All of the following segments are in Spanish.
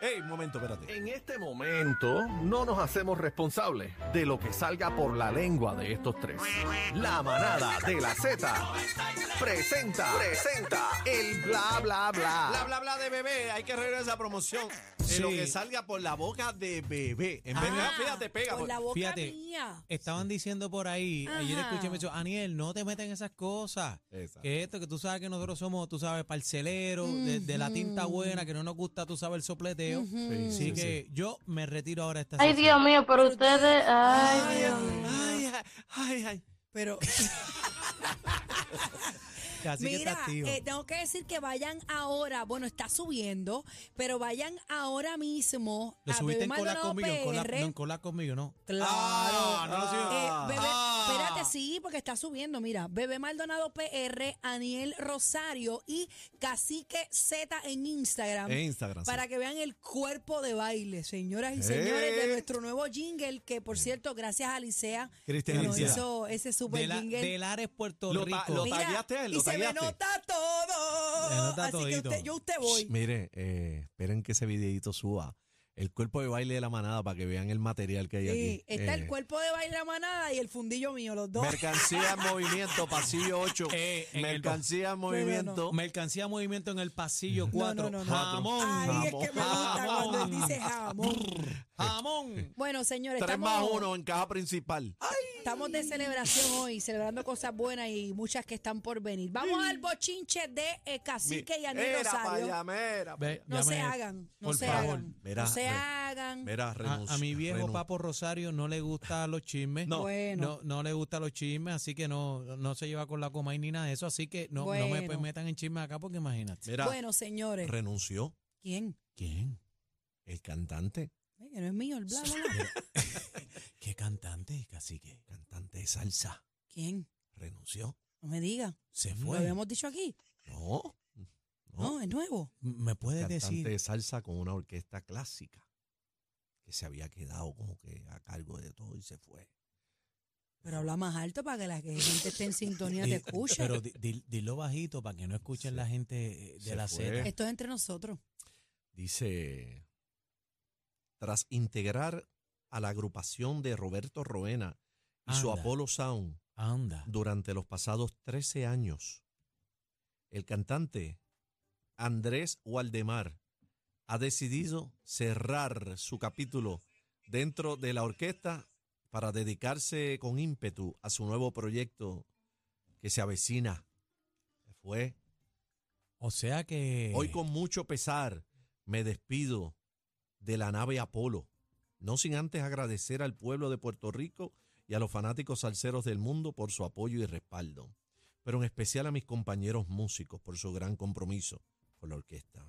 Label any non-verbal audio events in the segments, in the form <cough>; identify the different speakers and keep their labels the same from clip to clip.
Speaker 1: Ey, un momento,
Speaker 2: Eh,
Speaker 1: espérate.
Speaker 3: En este momento no nos hacemos responsables de lo que salga por la lengua de estos tres. La manada de la Z presenta, presenta el bla bla bla.
Speaker 2: Bla, bla, bla de bebé. Hay que arreglar esa promoción. De
Speaker 4: Sí.
Speaker 2: lo que salga por la boca de bebé. En vez de,
Speaker 5: Ah,
Speaker 2: ah, fíjate, pega.
Speaker 5: Con
Speaker 2: pues.
Speaker 5: la boca
Speaker 4: Fíjate.
Speaker 5: mía.
Speaker 4: Estaban diciendo por ahí, ayer
Speaker 5: Ajá.
Speaker 4: escuché, me dijo, Aniel, no te metas en esas cosas.
Speaker 1: Exacto.
Speaker 4: Que esto, que tú sabes que nosotros somos, tú sabes, parceleros, de, de la tinta buena, que no nos gusta, tú sabes, el sopleteo.
Speaker 5: Mm.
Speaker 1: Sí,
Speaker 4: Así
Speaker 1: sí,
Speaker 4: que yo me retiro ahora de esta
Speaker 6: Ay,
Speaker 4: sección.
Speaker 6: Dios mío, pero ustedes. Ay,
Speaker 5: Ay,
Speaker 6: Dios
Speaker 5: Dios
Speaker 6: mío.
Speaker 2: Ay, ay, ay, ay.
Speaker 5: Pero
Speaker 4: Así que está
Speaker 5: mira,
Speaker 4: activo.
Speaker 5: eh, tengo que decir que vayan ahora, bueno, está subiendo, pero vayan ahora mismo
Speaker 4: Lo
Speaker 5: a
Speaker 4: subiste
Speaker 5: ah, Bebé
Speaker 4: en cola
Speaker 5: Maldonado
Speaker 4: conmigo, en cola,
Speaker 5: PR.
Speaker 4: no, en cola conmigo, no.
Speaker 5: Claro.
Speaker 2: Ah, no lo sigo.
Speaker 5: Eh, Bebé-
Speaker 2: Ah.
Speaker 5: Espérate, sí, porque está subiendo. Mira, Bebé Maldonado PR, Aniel Rosario y Cacique Z en Instagram.
Speaker 1: En Instagram. sí.
Speaker 5: Para que vean el cuerpo de baile, señoras y señores,
Speaker 1: ¡Eh!
Speaker 5: de nuestro nuevo jingle, que por cierto, gracias a Licea, que
Speaker 1: Cristian
Speaker 5: nos
Speaker 1: Alicia.
Speaker 5: hizo ese super eh.
Speaker 4: De, la,
Speaker 5: jingle.
Speaker 4: de Lares, Puerto
Speaker 2: Lo ta-
Speaker 4: Rico.
Speaker 2: lo
Speaker 5: Mira,
Speaker 2: tagueaste a él, lo
Speaker 5: y se me
Speaker 2: tagueaste.
Speaker 5: nota todo.
Speaker 4: Se nota
Speaker 5: Así que
Speaker 4: todito.
Speaker 5: usted- yo usted
Speaker 1: Shh,
Speaker 5: voy.
Speaker 1: Mire, eh, esperen que ese videito suba. El cuerpo de baile de la manada para que vean el material que hay aquí.
Speaker 5: Sí, está el
Speaker 1: Eh,
Speaker 5: cuerpo de baile la manada y el fundillo mío, los dos.
Speaker 2: Mercancía en movimiento, pasillo 8.
Speaker 4: Eh, en el-
Speaker 2: Mercancía en movimiento.
Speaker 4: Mercancía Movimiento en el pasillo 4.
Speaker 5: no, no, no.
Speaker 4: jamón.
Speaker 5: Ay, es
Speaker 4: jamón,
Speaker 5: que me gusta cuando él
Speaker 4: jamón,
Speaker 5: dice jamón.
Speaker 4: jamón.
Speaker 5: Bueno, señores,
Speaker 2: 3
Speaker 5: estamos, Ah,
Speaker 2: más 1 en caja principal.
Speaker 5: estamos de celebración hoy, celebrando cosas buenas y muchas que están por venir. Vamos al bochinche de eh, Cacique y Aniel
Speaker 2: Era para
Speaker 5: Rosario.
Speaker 2: allá, mira. pa'
Speaker 4: Ve,
Speaker 5: No
Speaker 4: ya
Speaker 5: se
Speaker 4: me-
Speaker 5: hagan, no
Speaker 4: por
Speaker 5: se
Speaker 4: favor.
Speaker 5: hagan.
Speaker 1: verá,
Speaker 5: no se
Speaker 1: ve-
Speaker 5: hagan.
Speaker 1: verá,
Speaker 4: A,
Speaker 1: renuncio,
Speaker 4: a mi viejo
Speaker 1: renuncio.
Speaker 4: Papo Rosario no le gustan los chismes.
Speaker 5: No. Bueno.
Speaker 4: no. no le gustan los chismes, así que no, no se lleva con la coma y ni nada de eso. Así que no, no me
Speaker 5: Bueno.
Speaker 4: pues, metan en chismes acá porque imagínate.
Speaker 1: Mira,
Speaker 5: Bueno, señores.
Speaker 1: renunció
Speaker 5: ¿Quién?
Speaker 4: ¿Quién?
Speaker 1: el cantante.
Speaker 5: Ay, que no es mío el bla, bla, bla.
Speaker 4: ¿Qué cantante? Casi que.
Speaker 1: Cantante de salsa.
Speaker 5: ¿Quién?
Speaker 1: Renunció.
Speaker 5: No me diga.
Speaker 1: Se
Speaker 5: Lo
Speaker 1: fue.
Speaker 5: habíamos dicho aquí.
Speaker 1: No.
Speaker 5: No, es nuevo.
Speaker 4: ¿Me puedes
Speaker 1: cantante
Speaker 4: decir?
Speaker 1: de salsa con una orquesta clásica que se había quedado como que a cargo de todo y se fue.
Speaker 5: Pero habla más alto para que la que- gente esté en sintonía te
Speaker 4: Di-
Speaker 5: escuche.
Speaker 4: Pero di- di- dilo bajito para que no escuchen
Speaker 1: Se-
Speaker 4: la gente eh, de
Speaker 1: se
Speaker 4: la
Speaker 1: fue.
Speaker 4: Z.
Speaker 5: Esto es entre nosotros.
Speaker 1: Dice, tras integrar a la agrupación de Roberto Roena y su
Speaker 4: Anda.
Speaker 1: Apollo Sound
Speaker 4: Anda.
Speaker 1: durante los pasados 13 años, el cantante Andrés Waldemar ha decidido cerrar su capítulo dentro de la orquesta para dedicarse con ímpetu a su nuevo proyecto que se avecina. Se Fue
Speaker 4: O sea que.
Speaker 1: Hoy con mucho pesar me despido de la nave Apolo, no sin antes agradecer al pueblo de Puerto Rico y a los fanáticos salseros del mundo por su apoyo y respaldo, pero en especial a mis compañeros músicos por su gran compromiso con la orquesta.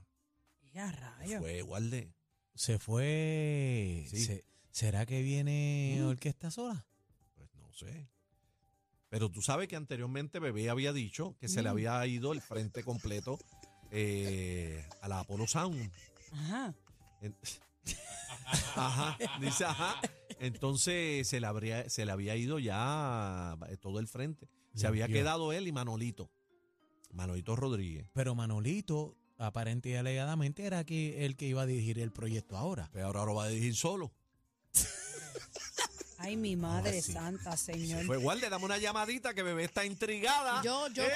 Speaker 5: Ya rayo.
Speaker 1: Fue Walde.
Speaker 4: Se fue.
Speaker 1: Sí. Mm.
Speaker 4: se- ¿Será que viene Orquesta Sola?
Speaker 1: Pues no sé. Pero tú sabes que anteriormente Bebé había dicho que se le había ido el frente completo eh, a la Apolo Sound.
Speaker 5: Ajá.
Speaker 1: En- <laughs> ajá, dice ajá. Entonces se le, habría, se le había ido ya eh, todo el frente. Se había
Speaker 4: Limpió.
Speaker 1: quedado él y Manolito. Manolito Rodríguez.
Speaker 4: Pero Manolito, aparente y alegadamente, era que el que iba a dirigir el proyecto ahora.
Speaker 1: Pero Pues ahora lo va a dirigir solo.
Speaker 5: Ay, mi madre
Speaker 1: Ah, sí.
Speaker 5: santa,
Speaker 1: Se
Speaker 5: señor.
Speaker 1: fue igual, le damos Pues, una llamadita que bebé está intrigada.
Speaker 5: Yo- yo
Speaker 1: ¡Eh!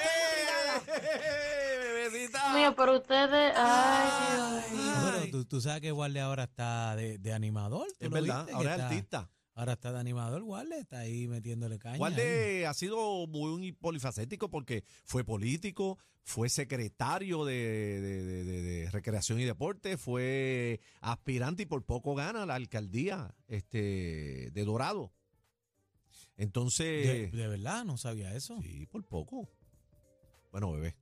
Speaker 5: estoy
Speaker 1: <laughs> Bebecita.
Speaker 6: Dios mío, pero ustedes. Ay, Dios.
Speaker 1: Ay.
Speaker 4: Pero tú, tú sabes que Guarle ahora está de, de animador. ¿tú
Speaker 1: Es
Speaker 4: lo
Speaker 1: verdad,
Speaker 4: viste? Que
Speaker 1: ahora es
Speaker 4: está-
Speaker 1: artista.
Speaker 4: Ahora está de animador Guarle, está ahí metiéndole caña. ahí.
Speaker 1: Walde ha sido muy polifacético porque fue político, fue secretario de, de- de- de- de Recreación y Deporte, fue aspirante y por poco gana la alcaldía este, de Dorado.
Speaker 4: De,
Speaker 1: Entonces,
Speaker 4: de verdad, no sabía eso.
Speaker 1: sí, por poco. Bueno, bebé,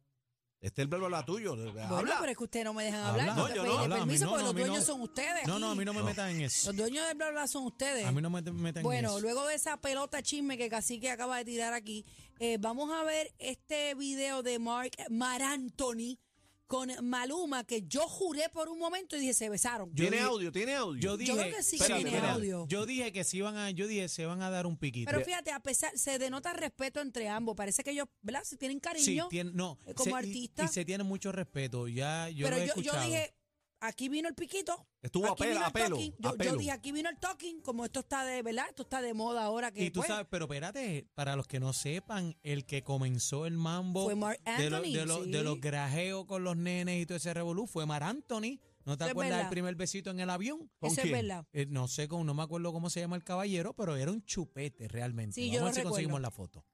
Speaker 1: este es el verbo la tuyo.
Speaker 5: Bueno,
Speaker 1: habla.
Speaker 5: pero es que ustedes no me dejan hablar.
Speaker 4: Habla. No,
Speaker 5: Yo te
Speaker 4: yo no,
Speaker 5: pedí
Speaker 4: habla, a mí
Speaker 5: permiso
Speaker 4: no,
Speaker 5: porque
Speaker 4: no, a
Speaker 5: los
Speaker 4: mí
Speaker 5: dueños
Speaker 4: no.
Speaker 5: son ustedes.
Speaker 4: No, no, a
Speaker 5: aquí.
Speaker 4: mí no me
Speaker 1: No.
Speaker 4: metan en eso.
Speaker 5: Los dueños del bla bla son ustedes.
Speaker 4: A mí no me te- metan en
Speaker 5: Bueno,
Speaker 4: eso.
Speaker 5: luego de esa pelota chisme que Cacique acaba de tirar aquí, eh, vamos a ver este video de Mark Marantoni con Maluma, que yo juré por un momento y dije, se besaron.
Speaker 4: yo
Speaker 1: tiene
Speaker 4: di-
Speaker 1: audio, tiene audio.
Speaker 4: Yo dije,
Speaker 5: creo que sí que
Speaker 4: espérate,
Speaker 1: tiene
Speaker 4: espérate.
Speaker 5: audio.
Speaker 4: Yo dije que se iban a, yo dije, se van a dar un piquito.
Speaker 5: Pero fíjate, a pesar, se denota respeto entre ambos. Parece que ellos, ¿verdad? Se tienen
Speaker 4: Sí,
Speaker 5: cariño.
Speaker 4: tiene- no,
Speaker 5: eh, como
Speaker 4: se- y-
Speaker 5: artista.
Speaker 4: Y, se tiene mucho respeto. Ya yo
Speaker 5: pero
Speaker 4: lo he
Speaker 5: yo, yo
Speaker 4: escuchado.
Speaker 5: dije, Aquí vino el piquito.
Speaker 1: Estuvo a
Speaker 5: aquí
Speaker 1: pelo,
Speaker 5: vino el
Speaker 1: a pelo,
Speaker 5: talking.
Speaker 1: a
Speaker 5: Yo, yo
Speaker 1: pelo.
Speaker 5: dije, aquí vino el talking, como esto está de, ¿verdad? Esto está de moda ahora que
Speaker 4: Y tú
Speaker 5: pues,
Speaker 4: sabes, pero espérate, para los que no sepan, el que comenzó el mambo
Speaker 5: fue Mark
Speaker 4: de, lo-
Speaker 5: Anthony.
Speaker 4: de lo-
Speaker 5: sí.
Speaker 4: de los grajeos con los nenes y todo ese revolú fue Mar Anthony. ¿No te
Speaker 5: Eso es
Speaker 4: acuerdas del
Speaker 5: verdad.
Speaker 4: primer besito en el avión?
Speaker 5: Eso es
Speaker 1: quién?
Speaker 5: verdad.
Speaker 4: Eh, no sé, cómo- no me acuerdo cómo se llama el caballero, pero era un chupete realmente.
Speaker 5: Sí,
Speaker 4: Vamos
Speaker 5: yo
Speaker 4: a
Speaker 5: lo
Speaker 4: ver si
Speaker 5: recuerdo.
Speaker 4: conseguimos la foto.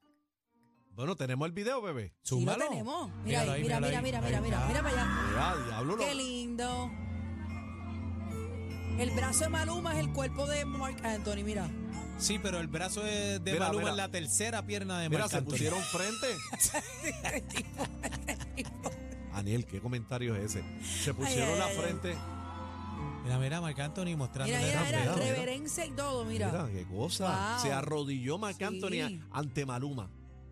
Speaker 1: Bueno, tenemos el video, bebé.
Speaker 5: Sí lo
Speaker 4: Súmalo.
Speaker 5: tenemos. Mira,
Speaker 4: Míralo
Speaker 5: ahí,
Speaker 4: ahí,
Speaker 5: mira,
Speaker 4: míralo
Speaker 5: mira,
Speaker 4: ahí.
Speaker 5: mira,
Speaker 4: Ahí
Speaker 5: mira, mira,
Speaker 4: está.
Speaker 5: mira para allá.
Speaker 1: Mira, diablo.
Speaker 5: Qué lindo. El brazo de Maluma es el cuerpo de Mark Anthony, mira.
Speaker 4: Sí, pero el brazo de, de
Speaker 1: Mira,
Speaker 4: Maluma
Speaker 1: mira.
Speaker 4: es la tercera pierna de
Speaker 1: Mira,
Speaker 4: Marc
Speaker 1: se
Speaker 4: Anthony.
Speaker 1: pusieron
Speaker 5: <laughs>
Speaker 1: frente. Aniel, ¿qué comentario es ese? Se pusieron
Speaker 5: ay,
Speaker 1: la
Speaker 5: ay.
Speaker 1: frente.
Speaker 4: Mira, mira, Marc Anthony mostrando
Speaker 5: Mira,
Speaker 4: la
Speaker 5: mira, mira,
Speaker 1: mira, mira.
Speaker 5: reverencia y todo, mira.
Speaker 1: Mira, qué cosa.
Speaker 5: Wow.
Speaker 1: Se arrodilló Marc Anthony
Speaker 5: Sí.
Speaker 1: ante Maluma.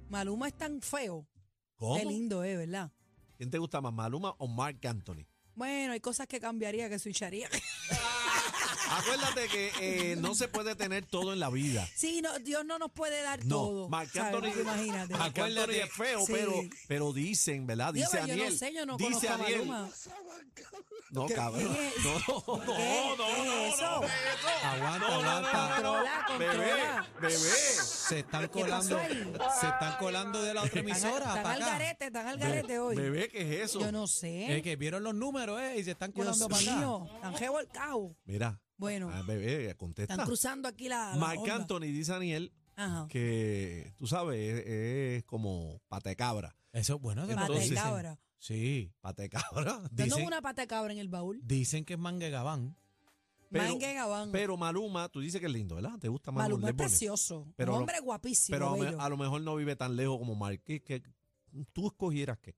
Speaker 5: Maluma es tan feo.
Speaker 1: ¿Cómo?
Speaker 5: Qué lindo es, ¿verdad?
Speaker 1: ¿Quién te gusta más, Maluma o Marc Anthony?
Speaker 5: Bueno, hay cosas que cambiaría, que switcharía. <laughs>
Speaker 1: Acuérdate que eh, no se puede tener todo en la vida.
Speaker 5: Sí, no, Dios no nos puede dar
Speaker 1: No,
Speaker 5: todo.
Speaker 1: Marc
Speaker 5: ¿sabes?
Speaker 1: Anthony-
Speaker 5: Porque Imagínate.
Speaker 1: Marc Anthony es feo,
Speaker 5: Sí.
Speaker 1: pero, pero dicen, ¿verdad?
Speaker 5: Dios,
Speaker 1: Dice
Speaker 5: pero
Speaker 1: Aniel.
Speaker 5: yo no sé, yo no
Speaker 1: dice
Speaker 5: conozco a
Speaker 1: Aniel.
Speaker 5: Maluma.
Speaker 1: No, cabrón.
Speaker 5: ¿Qué es?
Speaker 1: No, no, no,
Speaker 5: ¿Qué es
Speaker 1: no,
Speaker 5: eso?
Speaker 1: no, eso.
Speaker 4: Aguanta,
Speaker 1: No, no, no,
Speaker 4: aguanta.
Speaker 1: no, no, no.
Speaker 5: Controla,
Speaker 1: Bebé,
Speaker 5: controla.
Speaker 1: bebé.
Speaker 4: Se están
Speaker 5: ¿Qué pasó
Speaker 4: colando,
Speaker 5: ahí?
Speaker 4: se están colando de la otra
Speaker 5: Están,
Speaker 4: emisora.
Speaker 5: están
Speaker 4: para
Speaker 5: al
Speaker 4: acá.
Speaker 5: garete, están al garete hoy.
Speaker 1: Bebé, ¿qué es eso?
Speaker 5: Yo no sé.
Speaker 4: Es que vieron los números, eh, y se están colando
Speaker 5: Dios
Speaker 4: para acá.
Speaker 5: mío, están revolcados.
Speaker 1: Mira.
Speaker 5: Bueno.
Speaker 1: Ah, bebé, contesta.
Speaker 5: Están cruzando aquí la. la
Speaker 1: Marc
Speaker 5: onda.
Speaker 1: Anthony dice Daniel
Speaker 5: Ajá.
Speaker 1: que, tú sabes, es, es como pata de cabra.
Speaker 4: Eso, bueno, eso
Speaker 5: Pata de
Speaker 1: entonces-
Speaker 5: cabra.
Speaker 4: Sí.
Speaker 1: Pata de cabra.
Speaker 5: Tengo
Speaker 4: Dicen,
Speaker 5: una pata de cabra en el baúl.
Speaker 4: dicen que es Mangue Gabán.
Speaker 1: Pero-
Speaker 5: Mangue Gabán.
Speaker 1: Pero Maluma, tú dices que es lindo, ¿verdad? ¿Te gusta Maluma?
Speaker 5: Maluma
Speaker 1: Le
Speaker 5: es
Speaker 1: pone.
Speaker 5: precioso.
Speaker 1: Pero
Speaker 5: un
Speaker 1: a lo-
Speaker 5: hombre guapísimo.
Speaker 1: Pero a, me-
Speaker 5: bello.
Speaker 1: a lo mejor no vive tan lejos como Mark. ¿Qué- qué- tú escogieras qué?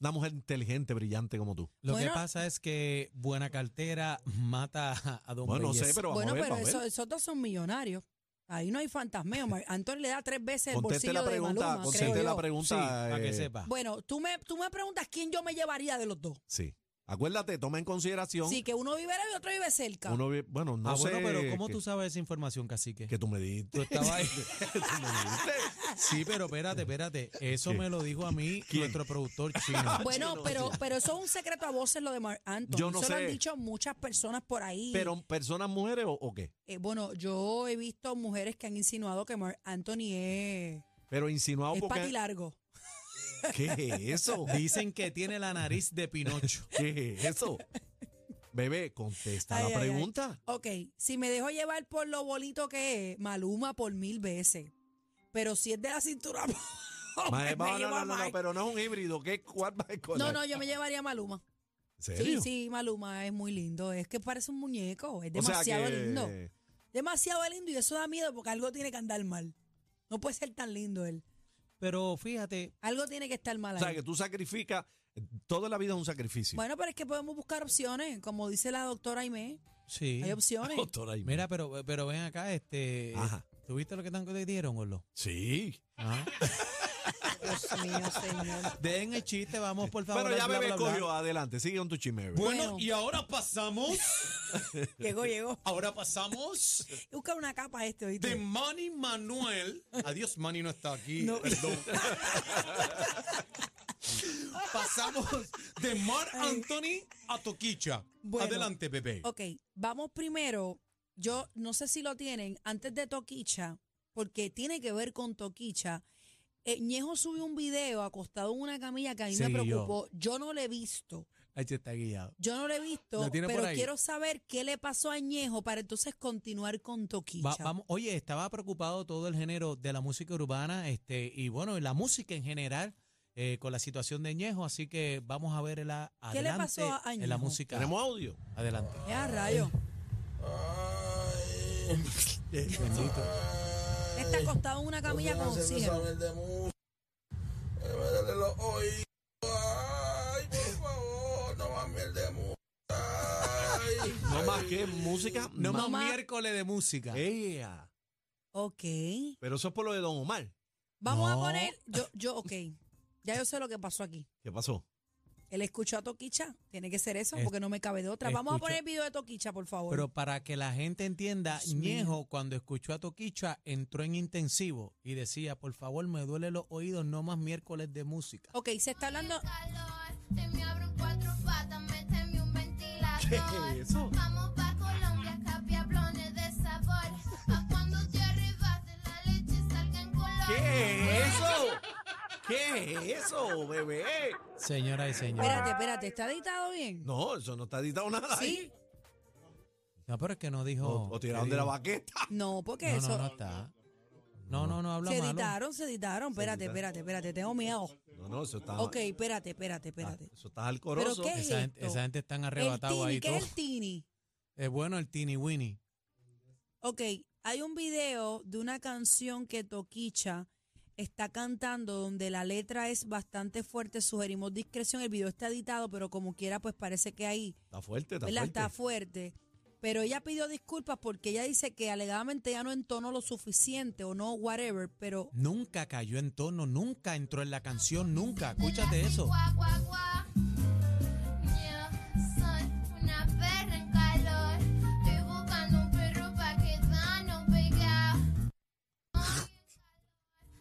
Speaker 1: Una mujer inteligente, brillante como tú.
Speaker 4: Lo
Speaker 5: Bueno.
Speaker 4: que pasa es que Buena Cartera mata a Don
Speaker 1: Bueno, no sé,
Speaker 4: Belleza.
Speaker 1: pero vamos
Speaker 5: bueno,
Speaker 1: a ver,
Speaker 5: pero
Speaker 1: vamos a
Speaker 5: eso-
Speaker 1: ver.
Speaker 5: esos dos son millonarios. Ahí no hay fantasmeo. Mar- Antonio le da tres veces el
Speaker 1: Conteste
Speaker 5: bolsillo
Speaker 1: la
Speaker 5: de
Speaker 1: pregunta,
Speaker 5: Maluma, creo
Speaker 1: conteste la
Speaker 5: yo.
Speaker 1: pregunta.
Speaker 4: Sí, para
Speaker 1: eh,
Speaker 4: que sepa.
Speaker 5: Bueno, tú me, tú me preguntas quién yo me llevaría de los dos.
Speaker 1: Sí. Acuérdate, toma en consideración.
Speaker 5: Sí, que uno vive lejos y otro vive cerca.
Speaker 1: uno vi- bueno, no
Speaker 4: ah,
Speaker 1: sé.
Speaker 4: bueno, pero ¿cómo
Speaker 1: que,
Speaker 4: tú sabes esa información, cacique?
Speaker 1: que tú me diste. <laughs>
Speaker 4: Tú estabas ahí.
Speaker 1: Tú me diste.
Speaker 4: Sí, pero espérate, espérate. Eso
Speaker 1: ¿Qué?
Speaker 4: me lo dijo a mí nuestro productor chino.
Speaker 5: <laughs> bueno,
Speaker 1: sí, no,
Speaker 5: pero, pero eso es un secreto a voces lo de Marc Anthony.
Speaker 1: Yo no
Speaker 5: eso lo han
Speaker 1: sé.
Speaker 5: dicho muchas personas por ahí.
Speaker 1: Pero personas mujeres o, o qué?
Speaker 5: Eh, bueno, yo he visto mujeres que han insinuado que Marc Anthony es,
Speaker 1: Pero insinuado
Speaker 5: es
Speaker 1: porque.
Speaker 5: patilargo.
Speaker 1: ¿Qué es eso?
Speaker 4: Dicen que tiene la nariz de Pinocho.
Speaker 1: ¿Qué es eso? Bebé, contesta
Speaker 5: Ay, ay,
Speaker 1: la
Speaker 5: ay.
Speaker 1: pregunta.
Speaker 5: Ok, si me dejo llevar por lo bonito que es, Maluma por mil veces. Pero si es de la cintura, <laughs>
Speaker 1: Ma-
Speaker 5: Oh,
Speaker 1: eh,
Speaker 5: me
Speaker 1: no,
Speaker 5: llevo
Speaker 1: no,
Speaker 5: a
Speaker 1: no, no,
Speaker 5: Marc.
Speaker 1: pero no es un híbrido. ¿Qué, ¿Cuál va a
Speaker 5: no,
Speaker 1: escoger?
Speaker 5: no, yo me llevaría a Maluma.
Speaker 1: ¿En serio?
Speaker 5: Sí, sí, Maluma es muy lindo. Es que parece un muñeco. Es
Speaker 1: O sea
Speaker 5: demasiado
Speaker 1: que-
Speaker 5: lindo. Demasiado lindo y eso da miedo porque algo tiene que andar mal. No puede ser tan lindo él.
Speaker 4: Pero fíjate,
Speaker 5: Algo tiene que estar mal
Speaker 1: O
Speaker 5: ahí.
Speaker 1: sea, que tú sacrificas. Toda la vida es un sacrificio.
Speaker 5: Bueno, pero es que podemos buscar opciones. Como dice la doctora Aimee,
Speaker 4: sí.
Speaker 5: hay opciones.
Speaker 1: Doctor Aymar.
Speaker 4: Mira, pero, pero ven acá, este.
Speaker 1: Ajá.
Speaker 4: ¿Tuviste lo que tanto te dieron, Orlo?
Speaker 1: Sí. <laughs>
Speaker 4: Ajá.
Speaker 5: Dios mío, señor.
Speaker 4: Den el chiste, vamos, por favor.
Speaker 1: Bueno, ya
Speaker 4: al bla,
Speaker 1: bebé
Speaker 4: bla, bla.
Speaker 1: cogió. Adelante, sigue con tu chisme, bebé.
Speaker 5: Bueno.
Speaker 4: Bueno, y ahora pasamos.
Speaker 5: Llegó, llegó.
Speaker 4: Ahora
Speaker 5: <laughs>
Speaker 4: pasamos
Speaker 5: Busca una capa este
Speaker 4: de
Speaker 5: oíste.
Speaker 4: Manny Manuel. Adiós, Manny no está aquí.
Speaker 5: No.
Speaker 4: Perdón. pasamos de Mar Anthony a Toquicha.
Speaker 5: <laughs> Bueno.
Speaker 4: Adelante, bebé.
Speaker 5: Ok, vamos primero. Yo no sé si lo tienen antes de Toquicha, porque tiene que ver con Toquicha. eh, Ñejo subió un video acostado en una camilla que a mí me
Speaker 4: Seguí yo.
Speaker 5: preocupó. Yo no lo he visto.
Speaker 4: Ahí está guiado.
Speaker 5: Yo no lo he visto,
Speaker 4: ¿Lo tiene por
Speaker 5: pero
Speaker 4: ahí?
Speaker 5: quiero saber qué le pasó a Ñejo para entonces continuar con Toquicha.
Speaker 4: Va- vamos, oye, estaba preocupado todo el género de la música urbana este, y bueno, y la música en general eh, con la situación de Ñejo, así que vamos a ver la
Speaker 5: ¿Qué le
Speaker 4: adelante
Speaker 5: pasó a
Speaker 4: en la
Speaker 5: Ñejo?
Speaker 4: música.
Speaker 1: ¿Tenemos audio?
Speaker 4: Adelante.
Speaker 5: Ya, Eh, ah, rayo.
Speaker 4: Eh,
Speaker 5: Está acostado en una camilla con oxígeno.
Speaker 1: No más que música.
Speaker 4: No
Speaker 1: más.
Speaker 4: más
Speaker 5: Mamá.
Speaker 4: miércoles de música.
Speaker 1: Ea.
Speaker 5: Ok.
Speaker 1: Pero eso es por lo de Don Omar.
Speaker 5: Vamos a
Speaker 4: No.
Speaker 5: poner. Yo, yo, ok. Ya yo sé lo que pasó aquí.
Speaker 1: ¿Qué pasó?
Speaker 5: Él escuchó a Toquicha. Tiene que ser eso,
Speaker 4: Es-
Speaker 5: porque no me cabe de otra. Vamos a
Speaker 4: escucho.
Speaker 5: poner el video de Toquicha, por favor.
Speaker 4: Pero para que la gente entienda,
Speaker 5: Dios mío.
Speaker 4: Ñejo cuando escuchó a Toquicha entró en intensivo y decía, por favor, me duele los oídos, no más miércoles de música.
Speaker 5: ok, se está hablando.
Speaker 7: calor, se me abren cuatro patas, méteme un ventilador. ¿Qué es eso?
Speaker 8: Vamos pa' Colombia, capiablones de sabor. Pa' cuando te arrebates la leche salga en color.
Speaker 7: ¿Qué es eso? ¿Qué es eso, bebé?
Speaker 4: Señora y señor.
Speaker 5: Espérate, espérate, ¿está editado bien?
Speaker 1: No, eso no está editado nada. ahí.
Speaker 5: ¿Sí?
Speaker 4: No, pero es que no dijo.
Speaker 1: O, o tiraron
Speaker 4: ¿qué
Speaker 1: de la
Speaker 4: dijo?
Speaker 1: baqueta.
Speaker 5: No, porque
Speaker 4: No,
Speaker 5: eso.
Speaker 4: no, no está. No, no, no habla
Speaker 5: se
Speaker 4: malo.
Speaker 5: editaron, se editaron. Espérate, espérate, espérate. Tengo miedo.
Speaker 1: No, no, eso
Speaker 4: Ah.
Speaker 1: está.
Speaker 5: Ok, espérate, espérate, espérate.
Speaker 1: Eso está alcoroso.
Speaker 5: ¿Pero qué?
Speaker 4: Esa gente,
Speaker 5: esto?
Speaker 4: esa gente están
Speaker 5: El
Speaker 4: arrebatados
Speaker 5: tini,
Speaker 4: Ah, ahí
Speaker 5: ¿qué
Speaker 4: todo.
Speaker 5: es el tini?
Speaker 4: Es bueno el Tini Winnie.
Speaker 5: Ok, hay un video de una canción que Toquicha está cantando donde la letra es bastante fuerte, sugerimos discreción, el video está editado, pero como quiera, pues parece que ahí
Speaker 1: Está fuerte, está
Speaker 5: ¿verdad?
Speaker 1: fuerte.
Speaker 5: está fuerte. Pero ella pidió disculpas porque ella dice que alegadamente ya no entonó lo suficiente o no, whatever, pero
Speaker 4: Nunca cayó en tono, nunca entró en la canción, nunca. Escúchate eso.
Speaker 8: Guau, guau, guau. Yo soy una perra en calor. Estoy buscando un perro pa' quedarnos pegados.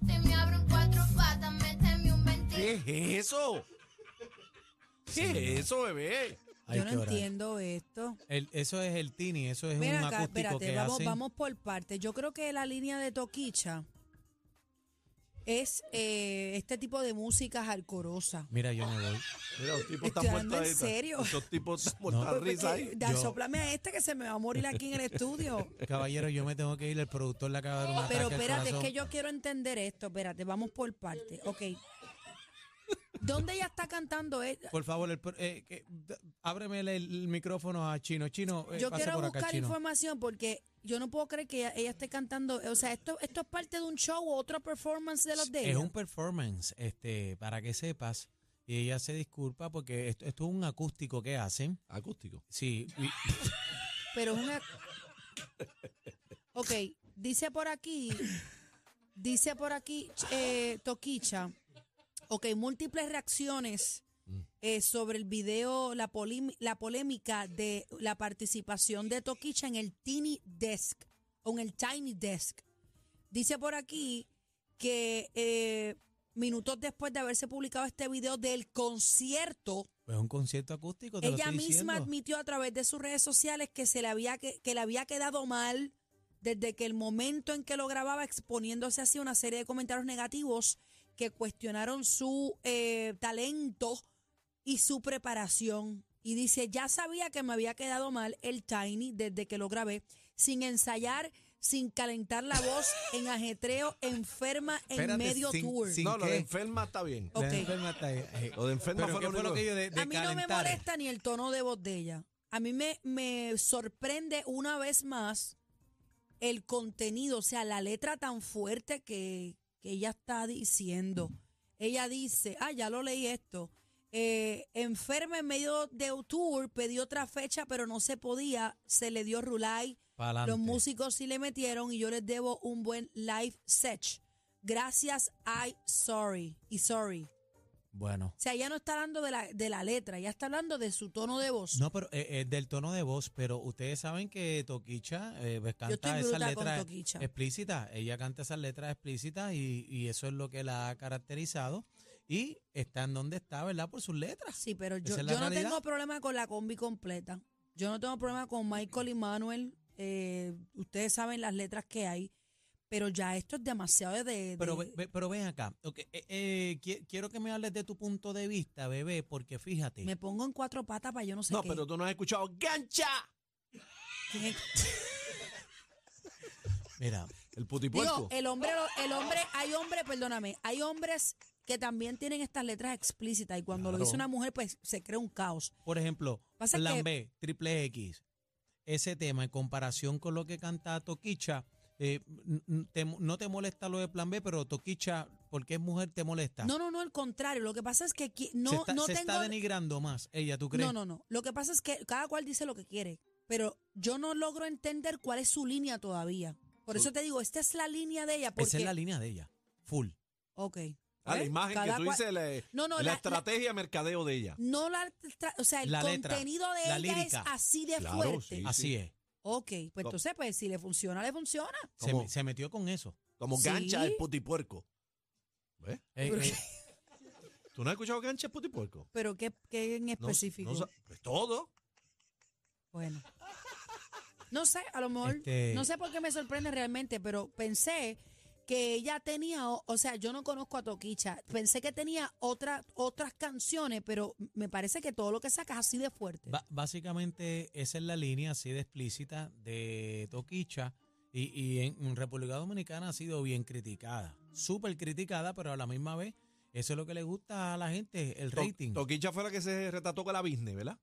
Speaker 8: Te me abro en cuatro patas, méteme un ventilador.
Speaker 1: ¿Qué es eso? ¿Qué es eso, bebé?
Speaker 4: Hay
Speaker 5: yo no
Speaker 4: que orar.
Speaker 5: entiendo esto.
Speaker 4: El- eso es el Tini, eso es
Speaker 5: Ven
Speaker 4: un
Speaker 5: acá,
Speaker 4: acústico
Speaker 5: espérate,
Speaker 4: que
Speaker 5: vamos,
Speaker 4: hacen.
Speaker 5: vamos por partes. Yo creo que la línea de Toquicha es eh, este tipo de música alcorosa.
Speaker 4: Mira, yo me voy.
Speaker 1: Mira, los tipos
Speaker 5: Estoy
Speaker 1: están
Speaker 5: hablando
Speaker 1: muertos
Speaker 5: en serio.
Speaker 1: Esos tipos están muertos de
Speaker 4: No.
Speaker 1: risa ahí.
Speaker 5: eh, Da,
Speaker 4: Yo-
Speaker 5: soplame a este que se me va a morir aquí en
Speaker 4: <laughs>
Speaker 5: el estudio.
Speaker 4: Caballero, yo me tengo que ir. El productor le acaba de dar un
Speaker 5: Pero
Speaker 4: ataque al
Speaker 5: espérate, es
Speaker 4: corazón.
Speaker 5: que yo quiero entender esto. Espérate, vamos por partes. Ok. ¿Dónde ella está cantando? eh?
Speaker 4: Por favor, el pro- eh, que- d- ábreme el, el micrófono a Chino. Chino, eh,
Speaker 5: Yo
Speaker 4: pasa
Speaker 5: quiero
Speaker 4: por acá,
Speaker 5: buscar
Speaker 4: Chino.
Speaker 5: información porque yo no puedo creer que ella, ella esté cantando. O sea, esto, esto es parte de un show o otra performance de los de
Speaker 4: Es
Speaker 5: ella.
Speaker 4: un performance, este, para que sepas. Y ella se disculpa porque esto, esto es un acústico que hacen.
Speaker 1: Acústico.
Speaker 4: Sí, y-
Speaker 5: Pero es una. Ok, dice por aquí, dice por aquí eh, Toquicha, ok, múltiples reacciones eh, sobre el video, la, polim- la polémica de la participación de Toquicha en el Tiny Desk, o en el Tiny Desk. Dice por aquí que eh, minutos después de haberse publicado este video del concierto,
Speaker 4: es un concierto acústico. Te
Speaker 5: ella
Speaker 4: lo estoy diciendo.
Speaker 5: misma admitió a través de sus redes sociales que se le había que, que le había quedado mal desde que el momento en que lo grababa exponiéndose así a una serie de comentarios negativos que cuestionaron su eh, talento y su preparación. Y dice, ya sabía que me había quedado mal el Tiny desde que lo grabé, sin ensayar, sin calentar la voz, en ajetreo, enferma, en
Speaker 4: Espérate,
Speaker 5: medio
Speaker 4: sin-
Speaker 5: tour.
Speaker 4: sin-
Speaker 1: No, lo de
Speaker 4: qué?
Speaker 1: enferma está bien.
Speaker 4: La
Speaker 5: ok.
Speaker 4: enferma está ahí. Eh,
Speaker 1: Lo de enferma
Speaker 4: pero
Speaker 1: fue
Speaker 4: ¿qué
Speaker 1: lo
Speaker 4: fue
Speaker 1: único
Speaker 4: lo que
Speaker 1: que-
Speaker 4: yo de, de
Speaker 5: a mí no me
Speaker 4: calentar?
Speaker 5: molesta ni el tono de voz de ella. A mí me, me sorprende una vez más el contenido, o sea, la letra tan fuerte que, que ella está diciendo. Ella dice, ah, ya lo leí esto. eh, enferma en medio de un tour, pedí otra fecha, pero no se podía. Se le dio Rulay.
Speaker 4: Pa'lante.
Speaker 5: Los músicos sí le metieron y yo les debo un buen live set. Gracias, I sorry. Y sorry.
Speaker 4: Bueno.
Speaker 5: O sea, ella no está hablando de la, de la letra, ella está hablando de su tono de voz.
Speaker 4: No, pero eh, eh, del tono de voz, pero ustedes saben que Toquicha eh, pues, canta
Speaker 5: estoy
Speaker 4: esas
Speaker 5: bruta con
Speaker 4: letras
Speaker 5: Toquicha.
Speaker 4: explícitas. Ella canta esas letras explícitas y, y eso es lo que la ha caracterizado. Y está en donde está, ¿verdad? Por sus letras.
Speaker 5: Sí, pero yo,
Speaker 4: Esa es la
Speaker 5: yo no
Speaker 4: realidad.
Speaker 5: tengo problema con la combi completa. Yo no tengo problema con Michael y Manuel. eh, ustedes saben las letras que hay, pero ya esto es demasiado de... de-
Speaker 4: Pero, ve- ve- pero ven acá. ok, eh, eh, qui- quiero que me hables de tu punto de vista, bebé, porque fíjate.
Speaker 5: me pongo en cuatro patas para yo no sé
Speaker 1: No,
Speaker 5: qué.
Speaker 1: pero tú no has escuchado. ¡Gancha!
Speaker 5: ¿Quién es?
Speaker 4: Mira,
Speaker 1: El
Speaker 5: Digo,
Speaker 1: putipuerco.
Speaker 5: el hombre, lo- el hombre, hay hombres, perdóname, hay hombres que también tienen estas letras explícitas y cuando lo
Speaker 1: Claro.
Speaker 5: dice una mujer, pues se crea un caos.
Speaker 4: por ejemplo,
Speaker 5: Pasa
Speaker 4: Plan
Speaker 5: que-
Speaker 4: B, Triple X. Ese tema en comparación con lo que canta Toquicha, eh, n- n- te- no te molesta lo de Plan B, pero Toquicha, porque es mujer, te molesta.
Speaker 5: No, no, no, al contrario. Lo que pasa es que qui- no,
Speaker 4: se está,
Speaker 5: no
Speaker 4: se está
Speaker 5: tengo...
Speaker 4: denigrando más ella, ¿tú crees?
Speaker 5: No, no, no. Lo que pasa es que cada cual dice lo que quiere, pero yo no logro entender cuál es su línea todavía. Por eso te digo, esta es la línea de ella. Porque,
Speaker 4: Esa es la línea de ella, full.
Speaker 5: Ok.
Speaker 1: Ah, la
Speaker 5: ¿Ves?
Speaker 1: imagen
Speaker 5: ¿eh? Cada
Speaker 1: que tú
Speaker 5: cual-
Speaker 1: dices, la,
Speaker 5: No, no,
Speaker 1: la
Speaker 5: la- la-
Speaker 1: estrategia de mercadeo de ella.
Speaker 5: No la. tra- O sea, el
Speaker 4: La letra,
Speaker 5: contenido de
Speaker 4: la
Speaker 5: ella
Speaker 4: lírica.
Speaker 5: es así de
Speaker 1: Claro,
Speaker 5: fuerte.
Speaker 1: sí.
Speaker 4: Así es.
Speaker 5: Ok, pues entonces, pues si le funciona, le funciona.
Speaker 4: Se,
Speaker 1: ¿Cómo?
Speaker 4: me- se metió con eso.
Speaker 1: Como
Speaker 5: Sí.
Speaker 1: gancha el putipuerco. ¿Ves?
Speaker 4: Eh,
Speaker 5: Pero-
Speaker 4: eh,
Speaker 1: ¿Tú no has escuchado gancha el putipuerco?
Speaker 5: Pero qué, qué en
Speaker 1: No,
Speaker 5: específico.
Speaker 1: no sa- pues todo.
Speaker 5: Bueno. No sé, a lo mejor,
Speaker 4: Este-
Speaker 5: no sé por qué me sorprende realmente, pero pensé que ella tenía, o, o sea, yo no conozco a Toquicha, pensé que tenía otra, otras canciones, pero me parece que todo lo que sacas así de fuerte.
Speaker 4: Ba- básicamente esa es la línea así de explícita de Toquicha y, y en República Dominicana ha sido bien criticada, súper criticada, pero a la misma vez eso es lo que le gusta a la gente, el
Speaker 1: To-
Speaker 4: rating.
Speaker 1: Toquicha fue la que se retrató con la Disney, ¿verdad?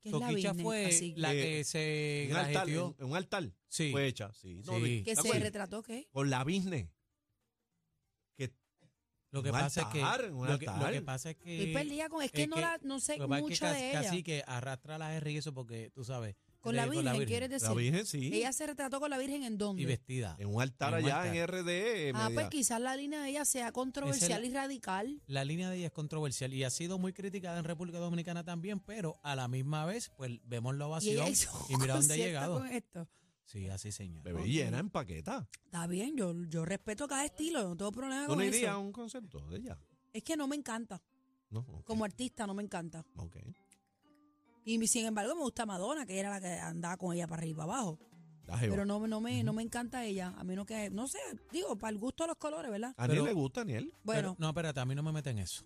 Speaker 5: ¿Qué es la
Speaker 4: Toquicha
Speaker 5: business?
Speaker 4: fue
Speaker 5: Así,
Speaker 4: la
Speaker 1: Eh,
Speaker 4: que se
Speaker 1: En un altar,
Speaker 4: grajeteó.
Speaker 1: en- en un pues, altar
Speaker 4: Sí,
Speaker 1: fue hecha. Sí, no,
Speaker 4: Sí.
Speaker 1: di- ¿te
Speaker 5: que se
Speaker 1: acuerdas?
Speaker 5: retrató,
Speaker 4: Eh,
Speaker 5: ¿qué?
Speaker 1: Con la Disney. Que
Speaker 4: lo que
Speaker 1: un
Speaker 4: pasa es
Speaker 1: altar,
Speaker 4: que
Speaker 1: en un
Speaker 4: lo que, lo que
Speaker 1: altar.
Speaker 4: pasa es
Speaker 5: Estoy
Speaker 4: que
Speaker 5: perdida con, es que
Speaker 4: es
Speaker 5: no
Speaker 4: eh, que-
Speaker 5: la, no sé
Speaker 4: lo que pasa es que
Speaker 5: mucho
Speaker 4: ca-
Speaker 5: de ella.
Speaker 4: casi que arrastra las R y eso porque tú sabes.
Speaker 5: con
Speaker 4: de-
Speaker 5: la Virgen, ¿quieres
Speaker 1: la
Speaker 5: decir?
Speaker 1: Virgen, sí.
Speaker 5: Ella se retrató con la Virgen en dónde?
Speaker 4: y vestida.
Speaker 1: en un altar
Speaker 4: en un
Speaker 1: allá
Speaker 4: altar.
Speaker 1: en RD.
Speaker 5: Ah, pues
Speaker 1: media-
Speaker 5: quizás la línea de ella sea controversial y radical.
Speaker 4: La línea de ella es controversial y ha sido muy criticada en República Dominicana también, pero a la misma vez, pues vemos la
Speaker 5: Y ella
Speaker 4: ovación.
Speaker 5: hizo un
Speaker 4: y mira dónde ha
Speaker 5: concierto
Speaker 4: llegado.
Speaker 5: con esto.
Speaker 4: Sí, así señor.
Speaker 1: Bebé llena en paqueta.
Speaker 5: Está bien, yo, yo respeto cada estilo, no tengo
Speaker 1: ¿Tú
Speaker 5: problema Ah, con
Speaker 1: no
Speaker 5: eso.
Speaker 1: irías a un concepto de ella?
Speaker 5: Es que no me encanta.
Speaker 1: No, ok,
Speaker 5: Como artista no me encanta.
Speaker 1: ok.
Speaker 5: Y sin embargo me gusta Madonna, que era la que andaba con ella para arriba y para abajo.
Speaker 1: La jeva.
Speaker 5: Pero no, no, me, no me encanta ella, a menos que, no sé, digo, para el gusto de los colores, ¿verdad?
Speaker 1: a Aniel
Speaker 4: pero-
Speaker 1: le gusta, Aniel.
Speaker 5: Bueno,
Speaker 4: Ah, Pero- no, espérate, a mí no me meten eso.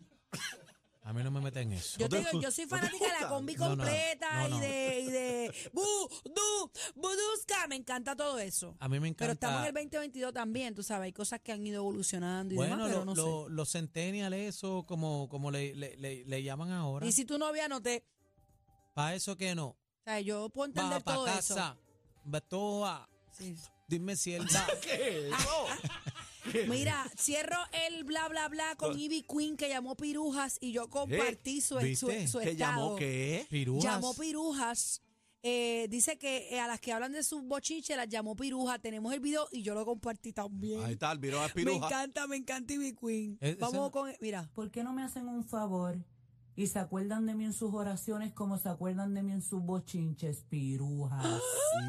Speaker 4: A mí no me meten eso.
Speaker 5: yo, te digo, yo soy fanática de la combi
Speaker 4: No, no,
Speaker 5: completa
Speaker 4: no, no.
Speaker 5: y de, y de bu, du, budusca, me encanta todo eso.
Speaker 4: A mí me encanta.
Speaker 5: Pero estamos en el 2022 también, tú sabes, hay cosas que han ido evolucionando y
Speaker 4: bueno,
Speaker 5: demás, pero
Speaker 4: lo-
Speaker 5: no
Speaker 4: lo- los centennial eso, como, como le, le- le- le llaman ahora.
Speaker 5: sé. Y si tu novia no te...
Speaker 4: Para eso que no.
Speaker 5: O sea, yo
Speaker 4: Va
Speaker 5: puedo entender
Speaker 4: para
Speaker 5: todo eso.
Speaker 4: casa. Va toa.
Speaker 5: Sí.
Speaker 4: Dime si él
Speaker 5: <laughs>
Speaker 4: va.
Speaker 1: Eh,
Speaker 5: Mira, cierro el bla bla bla con Ivy Queen que llamó Pirujas y yo compartí su, su,
Speaker 4: ¿viste?
Speaker 5: su
Speaker 1: ¿Qué llamó
Speaker 5: estado.
Speaker 1: qué?
Speaker 4: Pirúas.
Speaker 5: Llamó Pirujas. Eh, dice que eh, a las que hablan de sus bochiches las llamó Pirujas. Tenemos el video y yo lo compartí también.
Speaker 1: Ahí está, el viró a
Speaker 5: me
Speaker 1: Piruja.
Speaker 5: encanta, me encanta Ivy Queen.
Speaker 4: Eh, ese
Speaker 5: Vamos
Speaker 4: no-
Speaker 5: con. Mira.
Speaker 9: ¿Por qué no me hacen un favor y se acuerdan de mí en sus oraciones como se acuerdan de mí en sus bochinches, pirujas?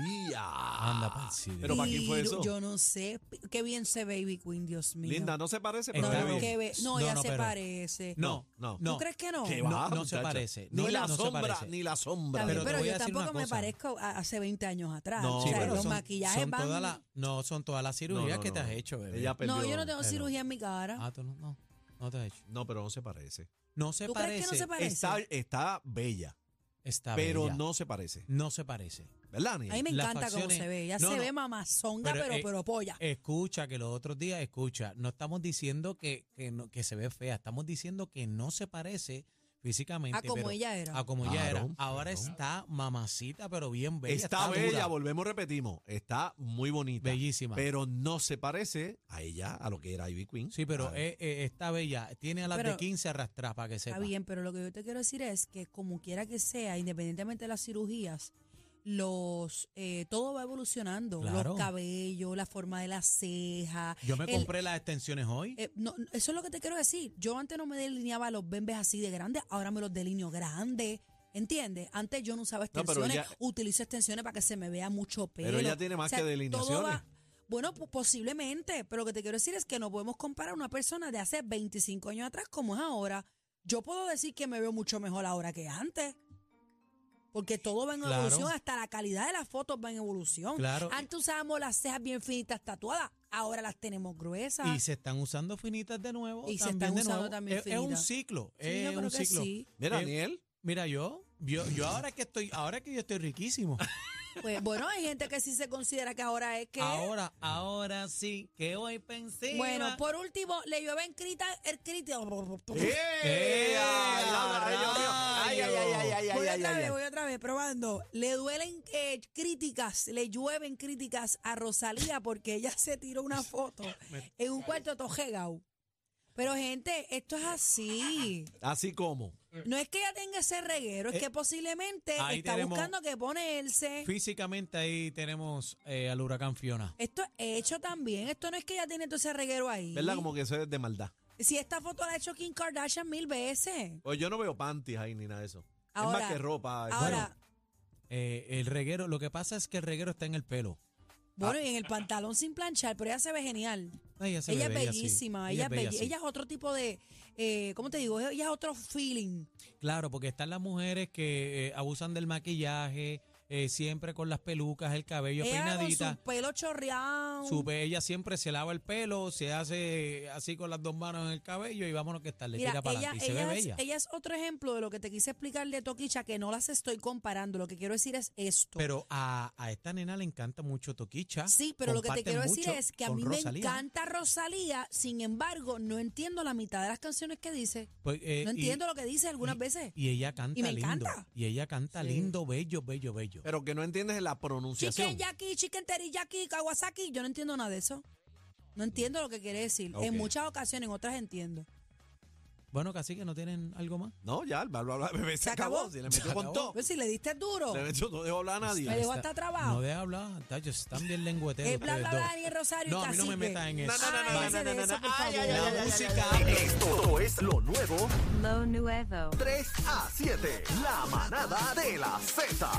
Speaker 1: Sí, ah.
Speaker 4: Anda pa'l cine.
Speaker 1: Pero ¿para quién fue
Speaker 5: Piru-
Speaker 1: eso?
Speaker 5: Yo no sé. Qué bien se ve Ivy Queen, Dios mío.
Speaker 1: Linda, no se parece, pero
Speaker 4: Está
Speaker 1: se
Speaker 5: No,
Speaker 1: ve
Speaker 4: bien.
Speaker 5: no, que
Speaker 1: bien.
Speaker 5: ve- no,
Speaker 4: No,
Speaker 5: ella
Speaker 4: no,
Speaker 5: se
Speaker 4: pero-
Speaker 5: parece.
Speaker 1: No, no.
Speaker 5: ¿Tú crees que no?
Speaker 1: Qué
Speaker 4: No,
Speaker 1: va,
Speaker 4: no se
Speaker 1: muchacha.
Speaker 4: parece.
Speaker 1: Ni
Speaker 4: No,
Speaker 1: la
Speaker 4: no se
Speaker 1: sombra,
Speaker 4: parece.
Speaker 1: ni la sombra.
Speaker 5: Está bien,
Speaker 4: Pero te
Speaker 5: pero,
Speaker 4: voy a
Speaker 5: yo
Speaker 4: decir
Speaker 5: tampoco
Speaker 4: una
Speaker 5: me
Speaker 4: cosa.
Speaker 5: parezco a- hace 20 años atrás.
Speaker 1: No,
Speaker 5: o
Speaker 4: Sí,
Speaker 5: sea,
Speaker 1: pero
Speaker 5: los
Speaker 4: son-
Speaker 5: maquillajes
Speaker 4: son
Speaker 5: van.
Speaker 4: todas las- no, son todas las cirugías
Speaker 1: No, no,
Speaker 4: que te
Speaker 1: no.
Speaker 4: has hecho, bebé.
Speaker 1: Ella perdió.
Speaker 5: no, yo no tengo
Speaker 4: Pero-
Speaker 5: cirugía en mi cara.
Speaker 4: Ah, tú no, no, no te has hecho.
Speaker 1: No, pero no se parece.
Speaker 4: No se
Speaker 5: ¿Tú
Speaker 4: parece.
Speaker 5: crees que no se parece?
Speaker 1: Está, está bella,
Speaker 4: Está
Speaker 1: pero
Speaker 4: bella.
Speaker 1: no se parece.
Speaker 4: No se parece.
Speaker 1: ¿Verdad,
Speaker 5: a mí
Speaker 1: Aniel?
Speaker 5: me
Speaker 4: las
Speaker 5: encanta cómo
Speaker 4: facciones-
Speaker 5: se ve. Ya
Speaker 4: No,
Speaker 5: se
Speaker 4: no.
Speaker 5: ve mamazonga,
Speaker 4: Pero,
Speaker 5: pero, pero,
Speaker 4: eh,
Speaker 5: polla.
Speaker 4: Escucha, que los otros días, escucha, no estamos diciendo que, que, no- que se ve fea, estamos diciendo que no se parece físicamente.
Speaker 5: a como
Speaker 4: pero-
Speaker 5: ella era.
Speaker 4: A como ella era.
Speaker 1: Claro,
Speaker 4: Ahora
Speaker 1: claro.
Speaker 4: está mamacita, pero bien bella.
Speaker 1: Está
Speaker 4: dura,
Speaker 1: bella, volvemos, repetimos. Está muy bonita.
Speaker 4: Bellísima.
Speaker 1: Pero no se parece a ella, a lo que era Ivy Queen.
Speaker 4: sí, pero
Speaker 1: A-
Speaker 4: eh, eh, está bella. Tiene a las de
Speaker 5: Pero-
Speaker 4: 15 arrastradas para que sepa.
Speaker 5: Está bien, pero lo que yo te quiero decir es que como quiera que sea, independientemente de las cirugías, los eh, todo va evolucionando.
Speaker 4: Claro.
Speaker 5: Los cabellos, la forma de las cejas.
Speaker 4: Yo me
Speaker 5: el-
Speaker 4: compré las extensiones hoy.
Speaker 5: eh, no, no, eso es lo que te quiero decir. Yo antes no me delineaba los bembes así de grandes, ahora me los delineo grandes. ¿Entiendes? Antes yo no usaba
Speaker 1: pero
Speaker 5: extensiones,
Speaker 1: ella-
Speaker 5: utilizo extensiones para que se me vea mucho pelo.
Speaker 1: Pero ella tiene más que delineaciones.
Speaker 5: todo va- bueno, pues posiblemente, pero lo que te quiero decir es que no podemos comparar a una persona de hace 25 años atrás como es ahora. Yo puedo decir que me veo mucho mejor ahora que antes. Porque todo va en
Speaker 4: Claro.
Speaker 5: evolución, hasta la calidad de las fotos va en evolución.
Speaker 4: Claro.
Speaker 5: Antes usábamos las cejas bien finitas tatuadas, ahora las tenemos gruesas.
Speaker 4: Y se están usando finitas de nuevo.
Speaker 5: Y se
Speaker 4: también
Speaker 5: están
Speaker 4: de
Speaker 5: usando
Speaker 4: nuevo.
Speaker 5: también
Speaker 4: es, es un
Speaker 5: finitas.
Speaker 4: ciclo.
Speaker 5: Sí,
Speaker 4: es
Speaker 5: yo creo
Speaker 4: un
Speaker 5: que
Speaker 4: ciclo.
Speaker 5: sí.
Speaker 1: Mira,
Speaker 4: Eh,
Speaker 1: Aniel.
Speaker 4: Mira, yo, yo, yo ahora que estoy, ahora que yo estoy riquísimo.
Speaker 5: Pues, bueno, hay gente que sí se considera que ahora es que.
Speaker 4: Ahora, ahora sí, que voy pensé.
Speaker 5: bueno, pues. por último, le llueve en crita, el crita.
Speaker 1: ¡Eh!
Speaker 4: ¡Eh!
Speaker 1: ¡Ay, ay, ay, ay, ay, ay, ay, ay,
Speaker 5: voy
Speaker 1: ay, ay,
Speaker 5: otra
Speaker 1: ay,
Speaker 5: vez,
Speaker 1: ay!
Speaker 5: voy otra vez, probando. Le duelen eh, críticas, le llueven críticas a Rosalía porque ella se tiró una foto en un cuarto tojegao. Pero gente, esto es así.
Speaker 1: Así como.
Speaker 5: No es que ella tenga ese reguero, es
Speaker 4: Eh,
Speaker 5: que posiblemente
Speaker 4: ahí
Speaker 5: está
Speaker 4: tenemos-
Speaker 5: buscando que ponerse.
Speaker 4: Físicamente ahí tenemos eh, al huracán Fiona.
Speaker 5: Esto es hecho también. Esto no es que ella tiene todo ese reguero ahí.
Speaker 1: ¿Verdad? Como que eso es de maldad.
Speaker 5: Si esta foto la ha hecho Kim Kardashian mil veces.
Speaker 1: Pues yo no veo panties ahí ni nada de eso.
Speaker 5: Ahora-
Speaker 1: es más que ropa. es
Speaker 5: Ahora,
Speaker 4: Eh, el reguero, lo que pasa es que el reguero está en el pelo.
Speaker 5: bueno, y en el pantalón sin planchar, pero ella se ve genial.
Speaker 4: Bueno, Ay, ella Ah. se
Speaker 5: Ella es
Speaker 4: bebe, sí.
Speaker 5: bellísima, ella es
Speaker 4: bella,
Speaker 5: belle-
Speaker 4: sí.
Speaker 5: ella es otro tipo de, eh, ¿cómo te digo? Ella es otro feeling.
Speaker 4: Claro, porque están las mujeres que eh, abusan del maquillaje, eh, siempre con las pelucas, el cabello
Speaker 5: ella con su
Speaker 4: peinadita.
Speaker 5: pelo chorreado.
Speaker 4: Su pe- ella siempre se lava el pelo, se hace así con las dos manos en el cabello y vámonos que está, le
Speaker 5: Mira,
Speaker 4: tira para
Speaker 5: ella,
Speaker 4: adelante y se ve
Speaker 5: ella, es,
Speaker 4: bella.
Speaker 5: ella es otro ejemplo de lo que te quise explicar de Toquicha, que no las estoy comparando. Lo que quiero decir es esto.
Speaker 4: Pero a, a esta nena le encanta mucho Toquicha.
Speaker 5: sí, pero lo que te
Speaker 4: comparten
Speaker 5: quiero decir
Speaker 4: mucho
Speaker 5: es que a
Speaker 4: con
Speaker 5: mí
Speaker 4: Rosalía.
Speaker 5: me encanta Rosalía, sin embargo, no entiendo la mitad de las canciones que dice.
Speaker 4: Pues, eh,
Speaker 5: No
Speaker 4: y-
Speaker 5: entiendo lo que dice algunas
Speaker 4: y-
Speaker 5: veces.
Speaker 4: Y ella canta
Speaker 5: me
Speaker 4: lindo.
Speaker 5: encanta.
Speaker 4: Y ella canta
Speaker 5: Sí.
Speaker 4: lindo, bello, bello, bello.
Speaker 2: Pero que no entiendes la pronunciación.
Speaker 5: Chicken Jackie, Chicken Teriyaki, Kawasaki, yo no entiendo nada de eso. No entiendo lo que quiere decir.
Speaker 2: Ok.
Speaker 5: En muchas ocasiones, en otras entiendo.
Speaker 4: Bueno, casi que no tienen algo más.
Speaker 2: No, ya, el bla, bla, bla, bebé se,
Speaker 5: ¿Se
Speaker 2: acabó.
Speaker 5: acabó?
Speaker 2: Se le
Speaker 4: Se
Speaker 2: metió con
Speaker 4: acabó.
Speaker 2: todo.
Speaker 5: Pero Pues si le diste duro,
Speaker 2: Le metió, no dejó hablar a
Speaker 5: me
Speaker 2: nadie.
Speaker 5: dejó hasta trabajo.
Speaker 4: No de hablar, tachos, están bien lengüeteros.
Speaker 5: Es bla,
Speaker 4: ustedes
Speaker 5: bla,
Speaker 4: dos.
Speaker 5: bla, ni Rosario
Speaker 4: No,
Speaker 5: y
Speaker 4: a mí no me
Speaker 5: Cacique.
Speaker 4: metan en eso.
Speaker 5: Ah,
Speaker 4: no, no,
Speaker 5: ese de eso, por favor.
Speaker 4: La música.
Speaker 3: Esto es lo nuevo
Speaker 10: Lo nuevo.
Speaker 3: 3 a 7. La manada de la Z.